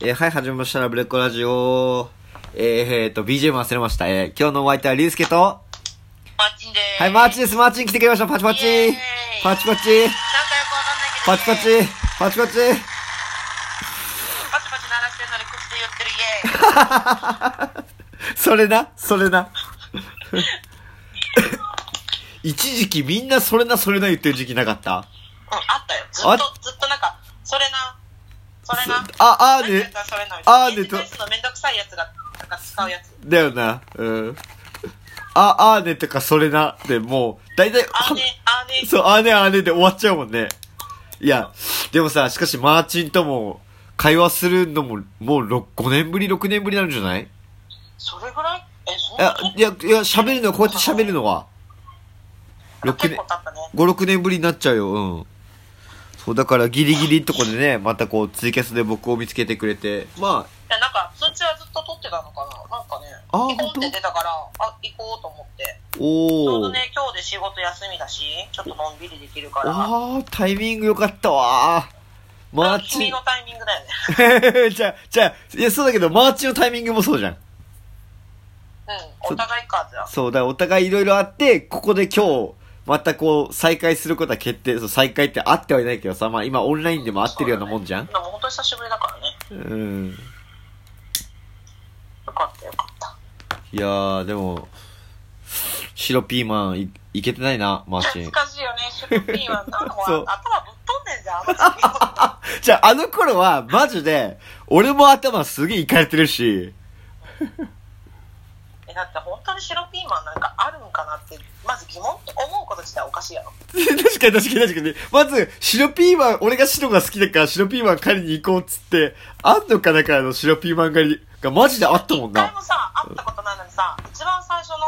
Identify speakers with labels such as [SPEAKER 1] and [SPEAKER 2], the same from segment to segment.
[SPEAKER 1] えーはい、始めました。ブレッコラジオ。えー、えーと、BGM 忘れました。えー今日のお相手はリュウスケと、は
[SPEAKER 2] マッチンでーす。
[SPEAKER 1] い、マーチ
[SPEAKER 2] ン。
[SPEAKER 1] です。マーチン来てくれました。パチパ
[SPEAKER 2] イエー
[SPEAKER 1] チ
[SPEAKER 2] イ。
[SPEAKER 1] パチパチ。
[SPEAKER 2] なんかよくわかんない
[SPEAKER 1] パチパ
[SPEAKER 2] けど、
[SPEAKER 1] チ
[SPEAKER 2] イエーイ。
[SPEAKER 1] パチパチ。
[SPEAKER 2] パチパチ鳴らしてるのに口で言ってる
[SPEAKER 1] それな、それな。 一時期みんなそれな、それな言ってる時期なかった
[SPEAKER 2] イエーイ。うん、あったよ。ずっ
[SPEAKER 1] あ
[SPEAKER 2] と、ずっとなんか、それな、それな。
[SPEAKER 1] あ、あー
[SPEAKER 2] なんてや
[SPEAKER 1] ね
[SPEAKER 2] つ。だそれな。
[SPEAKER 1] あーね
[SPEAKER 2] ビジネスのめんどくさいやつが、なんか使うやつ。
[SPEAKER 1] だよな。うん。あ、あーねとかそれなってもう、だいたい、
[SPEAKER 2] あーね、あーね。
[SPEAKER 1] そう、あーねあーねで終わっちゃうもんね。いや、でもさ、しかしマーチンとも会話するのも、もうろ5年ぶり、6年ぶりなんじゃない
[SPEAKER 2] それぐらいえ、そ
[SPEAKER 1] い
[SPEAKER 2] んな
[SPEAKER 1] や
[SPEAKER 2] 結、
[SPEAKER 1] いや、いや、喋るの、こうやって喋るのは、6年
[SPEAKER 2] 構、経ったね。
[SPEAKER 1] 5、6年ぶりになっちゃうよ、うん。そう、だからギリギリのとこでね、またこう、ツイキャスで僕を見つけてくれて、ま
[SPEAKER 2] いや、なんか、通知はずっと取ってたのかな。なんかね、
[SPEAKER 1] あー本
[SPEAKER 2] 行こうって
[SPEAKER 1] 当
[SPEAKER 2] 出たから、あ、行こうと思って。
[SPEAKER 1] あ、
[SPEAKER 2] ちょう
[SPEAKER 1] お
[SPEAKER 2] ど
[SPEAKER 1] ー。
[SPEAKER 2] ね、今日で仕事休みだし、ちょっとのんびりできるから。
[SPEAKER 1] あー、タイミング良かったわー。マーチ
[SPEAKER 2] 君のタイミングだよね。
[SPEAKER 1] ン。 じゃあ、じゃあ、いや、そうだけど、マーチンのタイミングもそうじゃん。
[SPEAKER 2] うん、お互いか、じゃあ。
[SPEAKER 1] そう、だからお互いいろいろあって、ここで今日、またこう、再会することは決定、そう、再会って会ってはいないけどさ、まあ今オンラインでも会ってるようなもんじゃん
[SPEAKER 2] でも本当久しぶりだからね。
[SPEAKER 1] うん。
[SPEAKER 2] よかったよかった。
[SPEAKER 1] いやー、でも、白ピーマンい、いけてないな、マーチン
[SPEAKER 2] 懐。かしいよね、シュピーは。なんかほ
[SPEAKER 1] そ
[SPEAKER 2] ら
[SPEAKER 1] う、
[SPEAKER 2] 頭ぶっ飛んでんじゃん、 あ
[SPEAKER 1] じゃあ、あの頃は、マジで、俺も頭すげえいかれてるし、
[SPEAKER 2] の時え、だって本当に白ピーマンなんかあるんかなって、まず疑問って思うこと自体おかしいやろ。
[SPEAKER 1] 確かに確かに確かに。まず、白ピーマン、俺が白が好きだから白ピーマン狩りに行こうっつって、あんのかなからの白ピーマン狩りがマジであったもん
[SPEAKER 2] 一
[SPEAKER 1] な
[SPEAKER 2] 回。もさ、会ったことないのにさ、一番最初の会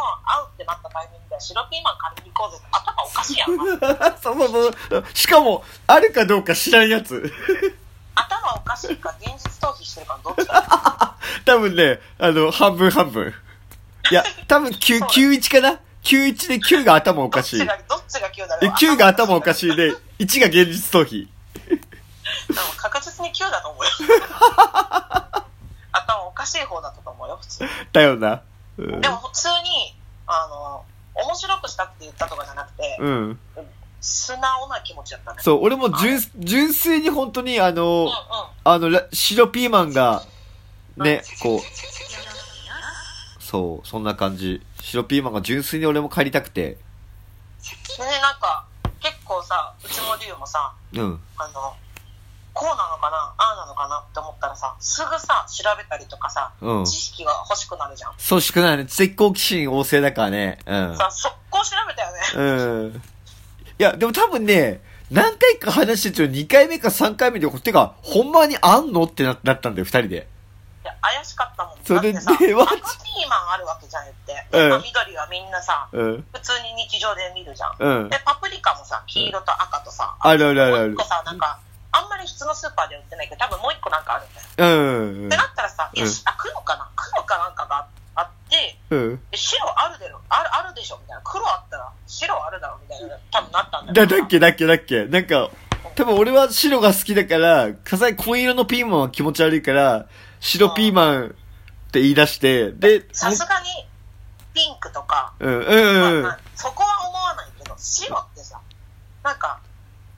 [SPEAKER 2] うってなったタイミングで白ピーマン借りに行こうぜって頭おかしいやん。
[SPEAKER 1] そうそうそう。しかも、あるかどうか知らんやつ。
[SPEAKER 2] 頭おかしいか現実逃避してるかどっちだろう。
[SPEAKER 1] 多分ね、あの、半分半分。いや、多分9、91かな ?91 で9が頭お
[SPEAKER 2] ど
[SPEAKER 1] か
[SPEAKER 2] っ
[SPEAKER 1] し
[SPEAKER 2] ち
[SPEAKER 1] い。
[SPEAKER 2] が、どっちが9だろ
[SPEAKER 1] で、
[SPEAKER 2] う。
[SPEAKER 1] 9が頭おかしいで、1が現実逃避。
[SPEAKER 2] でも確実に9だと思う よ頭おかしい方だったと思うよ普通
[SPEAKER 1] だよな。うん
[SPEAKER 2] で。も普通にあの面白くしたって言ったとかじゃなくて、
[SPEAKER 1] うん。
[SPEAKER 2] 素直な気持ちだったね
[SPEAKER 1] そう、俺も純、純粋に本当にあ
[SPEAKER 2] う
[SPEAKER 1] の
[SPEAKER 2] んうん、
[SPEAKER 1] あの、ラ白ピーマンが、ね、こう、そう、そんな感じ。白ピーマンが純粋に俺も帰りたくて。
[SPEAKER 2] でねなんか結構さうちも龍もさ
[SPEAKER 1] うん。
[SPEAKER 2] あのこうなのかなああなのかなって思ったらさすぐさ調べたりとかさ、
[SPEAKER 1] うん
[SPEAKER 2] 知識が欲しくなるじゃん、
[SPEAKER 1] そうしくないね。知的好奇心旺盛だからね。うん。
[SPEAKER 2] さ速攻調べたよ
[SPEAKER 1] うん。
[SPEAKER 2] ね
[SPEAKER 1] いや、でも多分ね、何回か話してるうちの2回目か3回目で、てか、ほんまにあんのってななったんだよ、2人で。
[SPEAKER 2] いや怪しかったもん
[SPEAKER 1] それで
[SPEAKER 2] だってさ
[SPEAKER 1] マジ
[SPEAKER 2] 赤ピーマンあるわけじゃん言って、
[SPEAKER 1] うん
[SPEAKER 2] まあ緑はみんなさ
[SPEAKER 1] うん。
[SPEAKER 2] 普通に日常で見るじゃん、
[SPEAKER 1] うん
[SPEAKER 2] でパプリカもさ黄色と赤とさ、
[SPEAKER 1] あるあるあるあ
[SPEAKER 2] もう一個さなんかあんまり普通のスーパーで売ってないけど多分もう一個なんかあるんだよ、
[SPEAKER 1] る。うん
[SPEAKER 2] って。なったらさ、
[SPEAKER 1] うん
[SPEAKER 2] よしあ黒かな黒かなんかがあって
[SPEAKER 1] うん。
[SPEAKER 2] で白あるでろあるあるでしょみたいな黒あったら白あるだろみたいな多分なったんだ
[SPEAKER 1] だ、
[SPEAKER 2] よ
[SPEAKER 1] だっけだっけだっけなんか、多分俺は白が好きだから、火災紺色のピーマンは気持ち悪いから、白ピーマンって言い出して、で、
[SPEAKER 2] さすがにピンクとか、
[SPEAKER 1] うん、うん、うん
[SPEAKER 2] まあまあ。そこは思わないけど白ってさなんか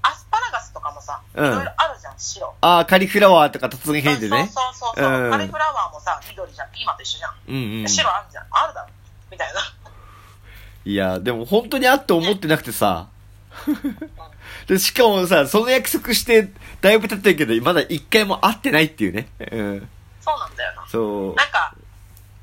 [SPEAKER 2] アスパラガスとかもさい
[SPEAKER 1] うん
[SPEAKER 2] ろいろあるじゃん白
[SPEAKER 1] あー、カリフラワーとか突然変でね。
[SPEAKER 2] そうそうそうそう、
[SPEAKER 1] うん
[SPEAKER 2] カリフラワーもさ緑じゃんピーマンと一緒じゃん
[SPEAKER 1] うん、うん。
[SPEAKER 2] 白あるじゃんあるだろみたいな
[SPEAKER 1] いや、でも本当にあって思ってなくてさ。 で、しかもさ、その約束して、だいぶ経ってるけど、まだ一回も会ってないっていうね。うん。
[SPEAKER 2] そうなんだよな
[SPEAKER 1] そう。
[SPEAKER 2] なんか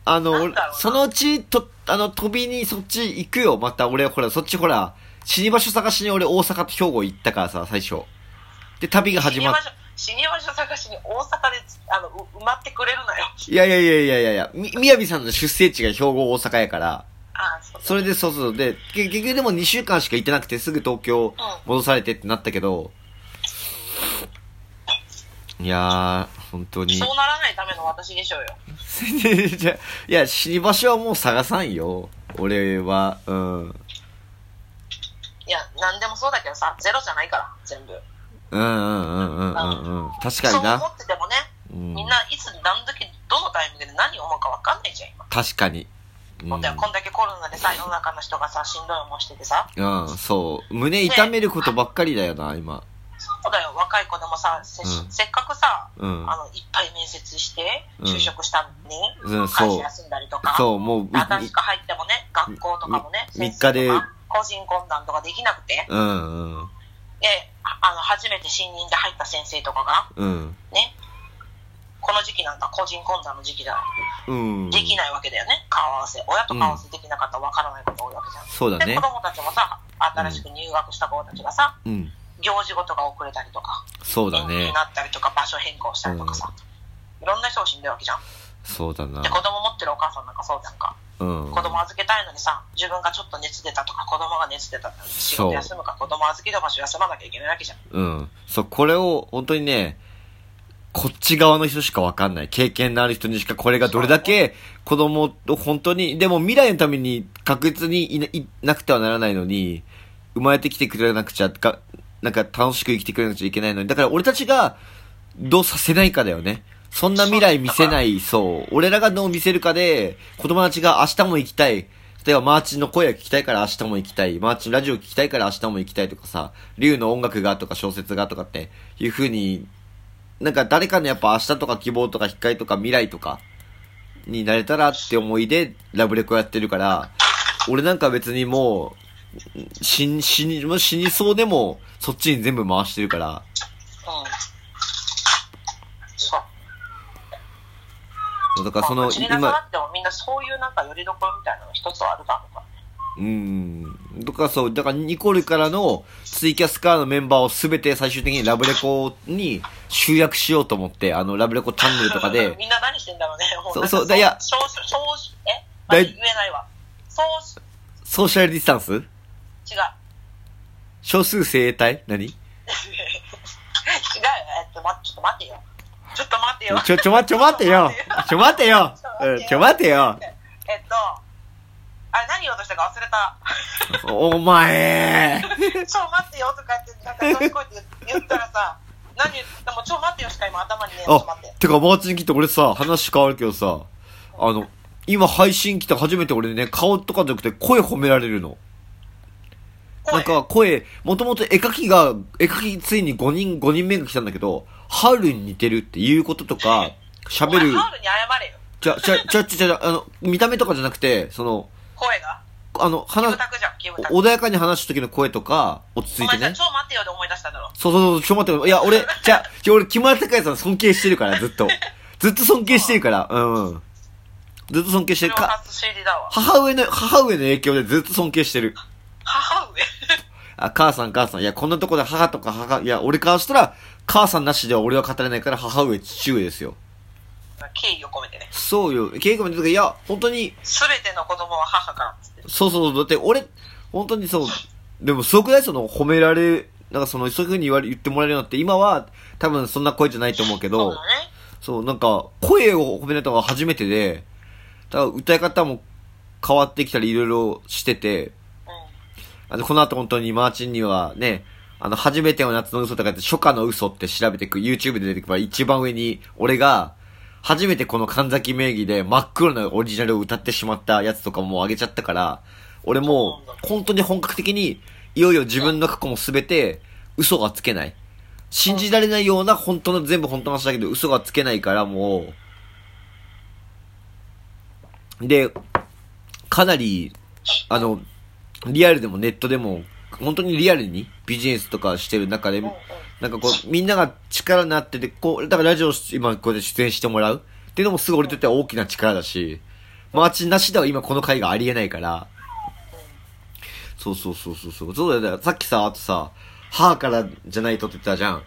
[SPEAKER 1] あの、
[SPEAKER 2] なん
[SPEAKER 1] 俺
[SPEAKER 2] だろうな
[SPEAKER 1] そのうち、と、あの、飛びにそっち行くよ。また俺、ほら、そっちほら、死に場所探しに俺大阪と兵庫行ったからさ、最初。で、旅が
[SPEAKER 2] 死
[SPEAKER 1] 始
[SPEAKER 2] に
[SPEAKER 1] まっ
[SPEAKER 2] 場所死に場所探しに大阪であのう埋まってくれるなよ
[SPEAKER 1] いやいやいやいやいやいや、み、みやびさんの出生地が兵庫大阪やから、
[SPEAKER 2] ああそう
[SPEAKER 1] それでそうそう。で、け結局でも2週間しか行ってなくて、すぐ東京戻されてってなったけど、いやー、本当に。
[SPEAKER 2] そうならないための私でしょうよ
[SPEAKER 1] じゃ いや、死に場所はもう探さんよ。俺は、うん。
[SPEAKER 2] いや何でもそうだけどさゼロじゃないから全部
[SPEAKER 1] うんうんうんうんうんうん。確か
[SPEAKER 2] そう
[SPEAKER 1] に
[SPEAKER 2] 思
[SPEAKER 1] な。
[SPEAKER 2] っててもね、
[SPEAKER 1] うん
[SPEAKER 2] みんないいつ何時どのタイミングで何思うか分かんないじゃん今
[SPEAKER 1] 確かに。う
[SPEAKER 2] 本当はこんだけコロナでさ世の中の人がさしんどい思いしててさ
[SPEAKER 1] ん。うん、そう。胸痛めることばっかりだよな、今。
[SPEAKER 2] そうだよ若い子でもさせ,、
[SPEAKER 1] うん
[SPEAKER 2] せっかくさ
[SPEAKER 1] うん。
[SPEAKER 2] あのいっぱい面接して
[SPEAKER 1] うん
[SPEAKER 2] 就職したのに、
[SPEAKER 1] うんそう
[SPEAKER 2] 会社休んだりとか
[SPEAKER 1] そう、もう、い
[SPEAKER 2] 新しく入ってもね学校とかもね
[SPEAKER 1] み
[SPEAKER 2] 先生と
[SPEAKER 1] 三
[SPEAKER 2] か
[SPEAKER 1] 日で
[SPEAKER 2] 個人懇談とかできなくてで
[SPEAKER 1] うん、うん、
[SPEAKER 2] ああの初めて新任で入った先生とかが
[SPEAKER 1] うん。
[SPEAKER 2] ねこの時期なんか個人懇談の時期だ
[SPEAKER 1] うん。
[SPEAKER 2] できないわけだよね顔合わせ親と顔合わせできなかったらわからないこと多いわけじゃん、
[SPEAKER 1] そうだ
[SPEAKER 2] で
[SPEAKER 1] ね
[SPEAKER 2] 子。供たちもさ新しく入学した子たちがさ、
[SPEAKER 1] うん。
[SPEAKER 2] 行事ごとが遅れたりとか
[SPEAKER 1] そうだ
[SPEAKER 2] 延期に
[SPEAKER 1] ね。
[SPEAKER 2] なったりとか場所変更したりとかさ、いろんな人を死んでるわけじゃん
[SPEAKER 1] そうだな
[SPEAKER 2] で。子供持ってるお母さんなんかそうじゃんか
[SPEAKER 1] うん
[SPEAKER 2] 子。供預けたいのにさ自分がちょっと熱出たとか子供が熱出たって仕
[SPEAKER 1] そう
[SPEAKER 2] 事休むか子供預けた場所休まなきゃいけないわけじゃん
[SPEAKER 1] うん。そう、これを、本当にね、こっち側の人しかわかんない。経験のある人にしかこれがどれだけ子供を本当に、でも未来のために確実にいないなくてはならないのに、生まれてきてくれなくちゃ、かなんか楽しく生きてくれなくちゃいけないのに、だから俺たちがどうさせないかだよね。そんな未来見せない、そう。俺らがどう見せるかで、子供たちが明日も行きたい。例えば、マーチンの声が聞きたいから明日も行きたい。マーチンラジオ聞きたいから明日も行きたいとかさ、竜の音楽がとか小説がとかっていう風に、なんか誰かのやっぱ明日とか希望とか光とか未来とかになれたらって思いでラブレコやってるから、俺なんか別にもう、死に、死に、もう死にそうでも、そっちに全部回してるから、
[SPEAKER 2] うんそう
[SPEAKER 1] だからそ
[SPEAKER 2] まあ
[SPEAKER 1] の、
[SPEAKER 2] うちになさ
[SPEAKER 1] 今、
[SPEAKER 2] なくてもみんなそういうなんかよりどころみたいなのが一つはあるだろうから
[SPEAKER 1] う
[SPEAKER 2] ね
[SPEAKER 1] ん。とからそう、だからニコルからのツイキャスからのメンバーをすべて最終的にラブレコに集約しようと思って、あの、ラブレコチャンネルとかで、
[SPEAKER 2] みんな何してんだろうね。も
[SPEAKER 1] そう
[SPEAKER 2] なんか
[SPEAKER 1] そうだいや
[SPEAKER 2] そう、そう、そう、え
[SPEAKER 1] だ
[SPEAKER 2] だ
[SPEAKER 1] い
[SPEAKER 2] 言えないわ。そうし、
[SPEAKER 1] ソーシャルディスタンス
[SPEAKER 2] 違う。
[SPEAKER 1] 少数生体何
[SPEAKER 2] 違うよ。えっと、ま、ちょっと待てよ。ちょっと待てよ。
[SPEAKER 1] ちょ、ちょ、ま、ちょ、待ってよちょ、待ってようんちょ、待てよ
[SPEAKER 2] えっと、あれ何言おうとしたか忘れた。
[SPEAKER 1] お前
[SPEAKER 2] ちょ、待ってよとか言って、なんかそういう声で言ったらさ、何言っても、ちょ、待てよしか今頭にねえ。ちょ、
[SPEAKER 1] あ
[SPEAKER 2] 待って。、
[SPEAKER 1] てか、マーチン来て俺さ、話変わるけどさ、あの、今配信来て初めて俺ね、顔とかじゃなくて声褒められるの。なんか声、もともと絵描きが、絵描きついに5人、5人目が来たんだけど、ハウルに似てるっていうこととか、喋
[SPEAKER 2] お
[SPEAKER 1] る
[SPEAKER 2] 前、ハウルに謝れよ。
[SPEAKER 1] ちゃ、ちゃ、ちゃ、ちゃ、ちゃ、あの、見た目とかじゃなくて、その、
[SPEAKER 2] 声が。
[SPEAKER 1] あの、
[SPEAKER 2] キ
[SPEAKER 1] 話
[SPEAKER 2] ム、タクじゃん、キムタク。
[SPEAKER 1] 穏やかに話す時の声とか、落ち
[SPEAKER 2] お
[SPEAKER 1] 着いて
[SPEAKER 2] 前さ、
[SPEAKER 1] ね。
[SPEAKER 2] ちょ、待てよで思い出しただろ。
[SPEAKER 1] そうそうそう、ちょっと待って、いや、俺、じゃあ、じゃあ俺、木村拓哉さん尊敬してるから、ずっと。ずっと尊敬してるから、うん。ずっと尊敬し
[SPEAKER 2] そ
[SPEAKER 1] てる
[SPEAKER 2] れを
[SPEAKER 1] か、
[SPEAKER 2] 初 CD だわ。
[SPEAKER 1] 母上の、母上の影響でずっと尊敬してる。
[SPEAKER 2] 母上
[SPEAKER 1] あ、母さん、母さん。いや、こんなとこで母とか母、いや、俺からしたら、母さんなしでは俺は語れないから、母上、父上ですよ。
[SPEAKER 2] 敬意を込めてね。
[SPEAKER 1] そうよ。稽古見た時、いや、本当に、
[SPEAKER 2] すべての子供は母からっつって。
[SPEAKER 1] そうそう、だって俺、本当にそう、でもすごくないその、褒められ、なんかその、そういう風に言われ、言ってもらえるようになって、今は、多分そんな声じゃないと思うけ
[SPEAKER 2] そ
[SPEAKER 1] ど
[SPEAKER 2] う、だね。
[SPEAKER 1] そう、なんか、声を褒められたのが初めてで、だから歌い方も変わってきたりいろいろしてて、
[SPEAKER 2] う
[SPEAKER 1] あの、この後本当にマーチンにはね、あの、初めての夏の嘘とかって初夏の嘘って調べてく、YouTube で出てくれば一番上に、俺が、初めてこの神崎名義で真っ黒なオリジナルを歌ってしまったやつとかも上げちゃったから、俺もう、本当に本格的に、いよいよ自分の過去もすべて、嘘がつけない。信じられないような本当の、全部本当の話だけど、嘘がつけないからもう、で、かなり、あの、リアルでもネットでも、本当にリアルにビジネスとかしてる中で、
[SPEAKER 2] んうん
[SPEAKER 1] なんかこう、みんなが力になってて、こう、だからラジオ今こうやって出演してもらうっていうのもすごい俺にとっては大きな力だし、マーチンなしでは今この回がありえないから、そうそうそうそうそう、そうだよだから、さっきさ、あとさ、母からじゃないとって言ってたじゃん。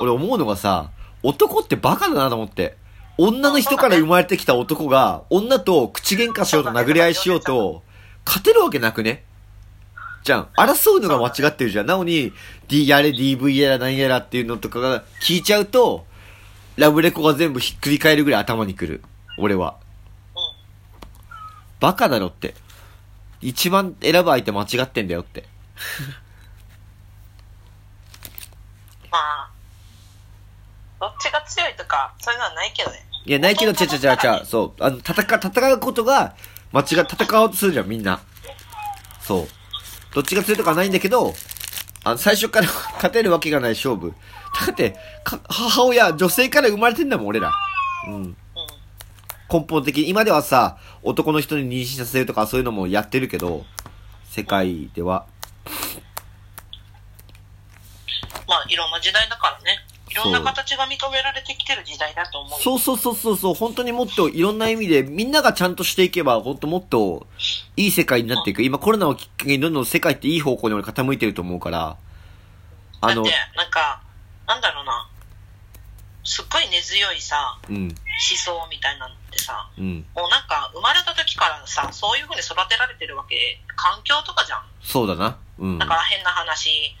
[SPEAKER 1] 俺思うのがさ、男ってバカだなと思って。女の人から生まれてきた男が、女と口喧嘩しようと殴り合いしようと、勝てるわけなくねじゃん。争うのが間違ってるじゃん。なのに、D やれ DV やら何やらっていうのとかが聞いちゃうと、ラブレコが全部ひっくり返るぐらい頭にくる。俺は。バカだろって。一番選ぶ相手間違ってんだよって。
[SPEAKER 2] まあ、どっちが強いとか、そういうのはないけどね。
[SPEAKER 1] いや、ないけど、ちゃちゃちゃちゃ、
[SPEAKER 2] う。
[SPEAKER 1] そう。あの、戦、戦うことが、間違、戦おうとするじゃん、みんな。そう。どっちが強いとかはないんだけど、あの、最初から 勝てるわけがない勝負。だって、か母親、女性から生まれてんだもん、俺ら。うん。
[SPEAKER 2] うん。
[SPEAKER 1] 根本的に。今ではさ、男の人に妊娠させるとか、そういうのもやってるけど、世界では。
[SPEAKER 2] まあ、いろんな時代だからね。いろんな
[SPEAKER 1] そう
[SPEAKER 2] 形が認められてきてる時代だと思うよ。
[SPEAKER 1] そうそうそうそうそう、本当にもっといろんな意味で、みんながちゃんとしていけば、本当もっといい世界になっていく。今コロナをきっかけにどんどん世界っていい方向に俺傾いてると思うから、あの
[SPEAKER 2] だっ、て、なんか、なんだろうな。すっごい根強いさ、
[SPEAKER 1] うん、
[SPEAKER 2] 思想みたいなのってさ、
[SPEAKER 1] うん、
[SPEAKER 2] もうなんか、生まれた時からさ、そういう風に育てられてるわけ、環境とかじゃん。
[SPEAKER 1] そうだな。うん
[SPEAKER 2] だ、から変な話、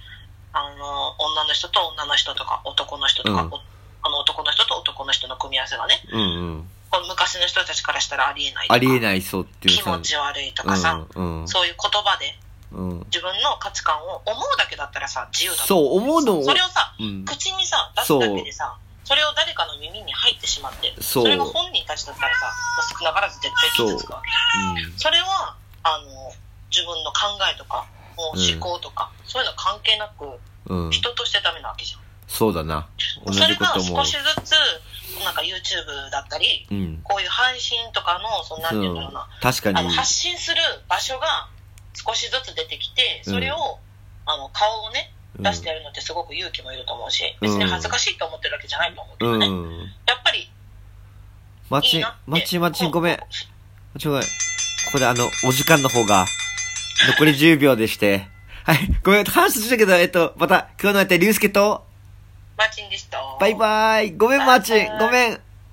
[SPEAKER 2] あの、女の人と女の人とか、男の人とか、
[SPEAKER 1] うん
[SPEAKER 2] おあの男の人と男の人の組み合わせがね、
[SPEAKER 1] うん、うん。
[SPEAKER 2] この昔の人たちからしたらありえないとか。
[SPEAKER 1] ありえないそうっていう
[SPEAKER 2] 気持
[SPEAKER 1] さ、
[SPEAKER 2] ち悪いとかさ、
[SPEAKER 1] うん、
[SPEAKER 2] そういう言葉で
[SPEAKER 1] うん、うん。
[SPEAKER 2] 自分の価値観を思うだけだったらさ、自由だと
[SPEAKER 1] そう、思うのを
[SPEAKER 2] そ、れをさ、
[SPEAKER 1] うん、
[SPEAKER 2] 口にさ、出すだけでさ、それを誰かの耳に入ってしまって、
[SPEAKER 1] そう
[SPEAKER 2] それが本人たちだったらさ、もう少なからず絶対傷つくわけ。それは、あの、自分の考えとか、もう思考とか、そういうの関係なく、
[SPEAKER 1] うん、うん、
[SPEAKER 2] 人としてダメなわけじゃん。
[SPEAKER 1] そうだな。同じ
[SPEAKER 2] それ
[SPEAKER 1] こ
[SPEAKER 2] が
[SPEAKER 1] とも
[SPEAKER 2] 少し、ずつ、なんか YouTube だったり、
[SPEAKER 1] うん、
[SPEAKER 2] こういう配信とかの、そのなんて
[SPEAKER 1] う
[SPEAKER 2] いうんだ
[SPEAKER 1] ん
[SPEAKER 2] ろうな、、
[SPEAKER 1] 確か
[SPEAKER 2] あの
[SPEAKER 1] に、
[SPEAKER 2] 発信する場所が少しずつ出てきて、それを、あの顔をね、
[SPEAKER 1] うん
[SPEAKER 2] 出してやるのってすごく勇気もいると思うし、
[SPEAKER 1] うん
[SPEAKER 2] 別に恥ずかしいと思ってるわけじゃないと思うけど
[SPEAKER 1] う
[SPEAKER 2] ね。
[SPEAKER 1] ん。
[SPEAKER 2] やっぱり、
[SPEAKER 1] マ
[SPEAKER 2] いい
[SPEAKER 1] チ
[SPEAKER 2] なって、
[SPEAKER 1] マチ、マチ、ごめん。ちょ、ごめん。これあの、お時間の方が、残り10秒でして。はい、ごめん、話ししたけど、えっと、また、今日のやって、りゅうすけと、
[SPEAKER 2] マーチンでした。
[SPEAKER 1] バイバーイ。ごめん、マーチン。ごめん。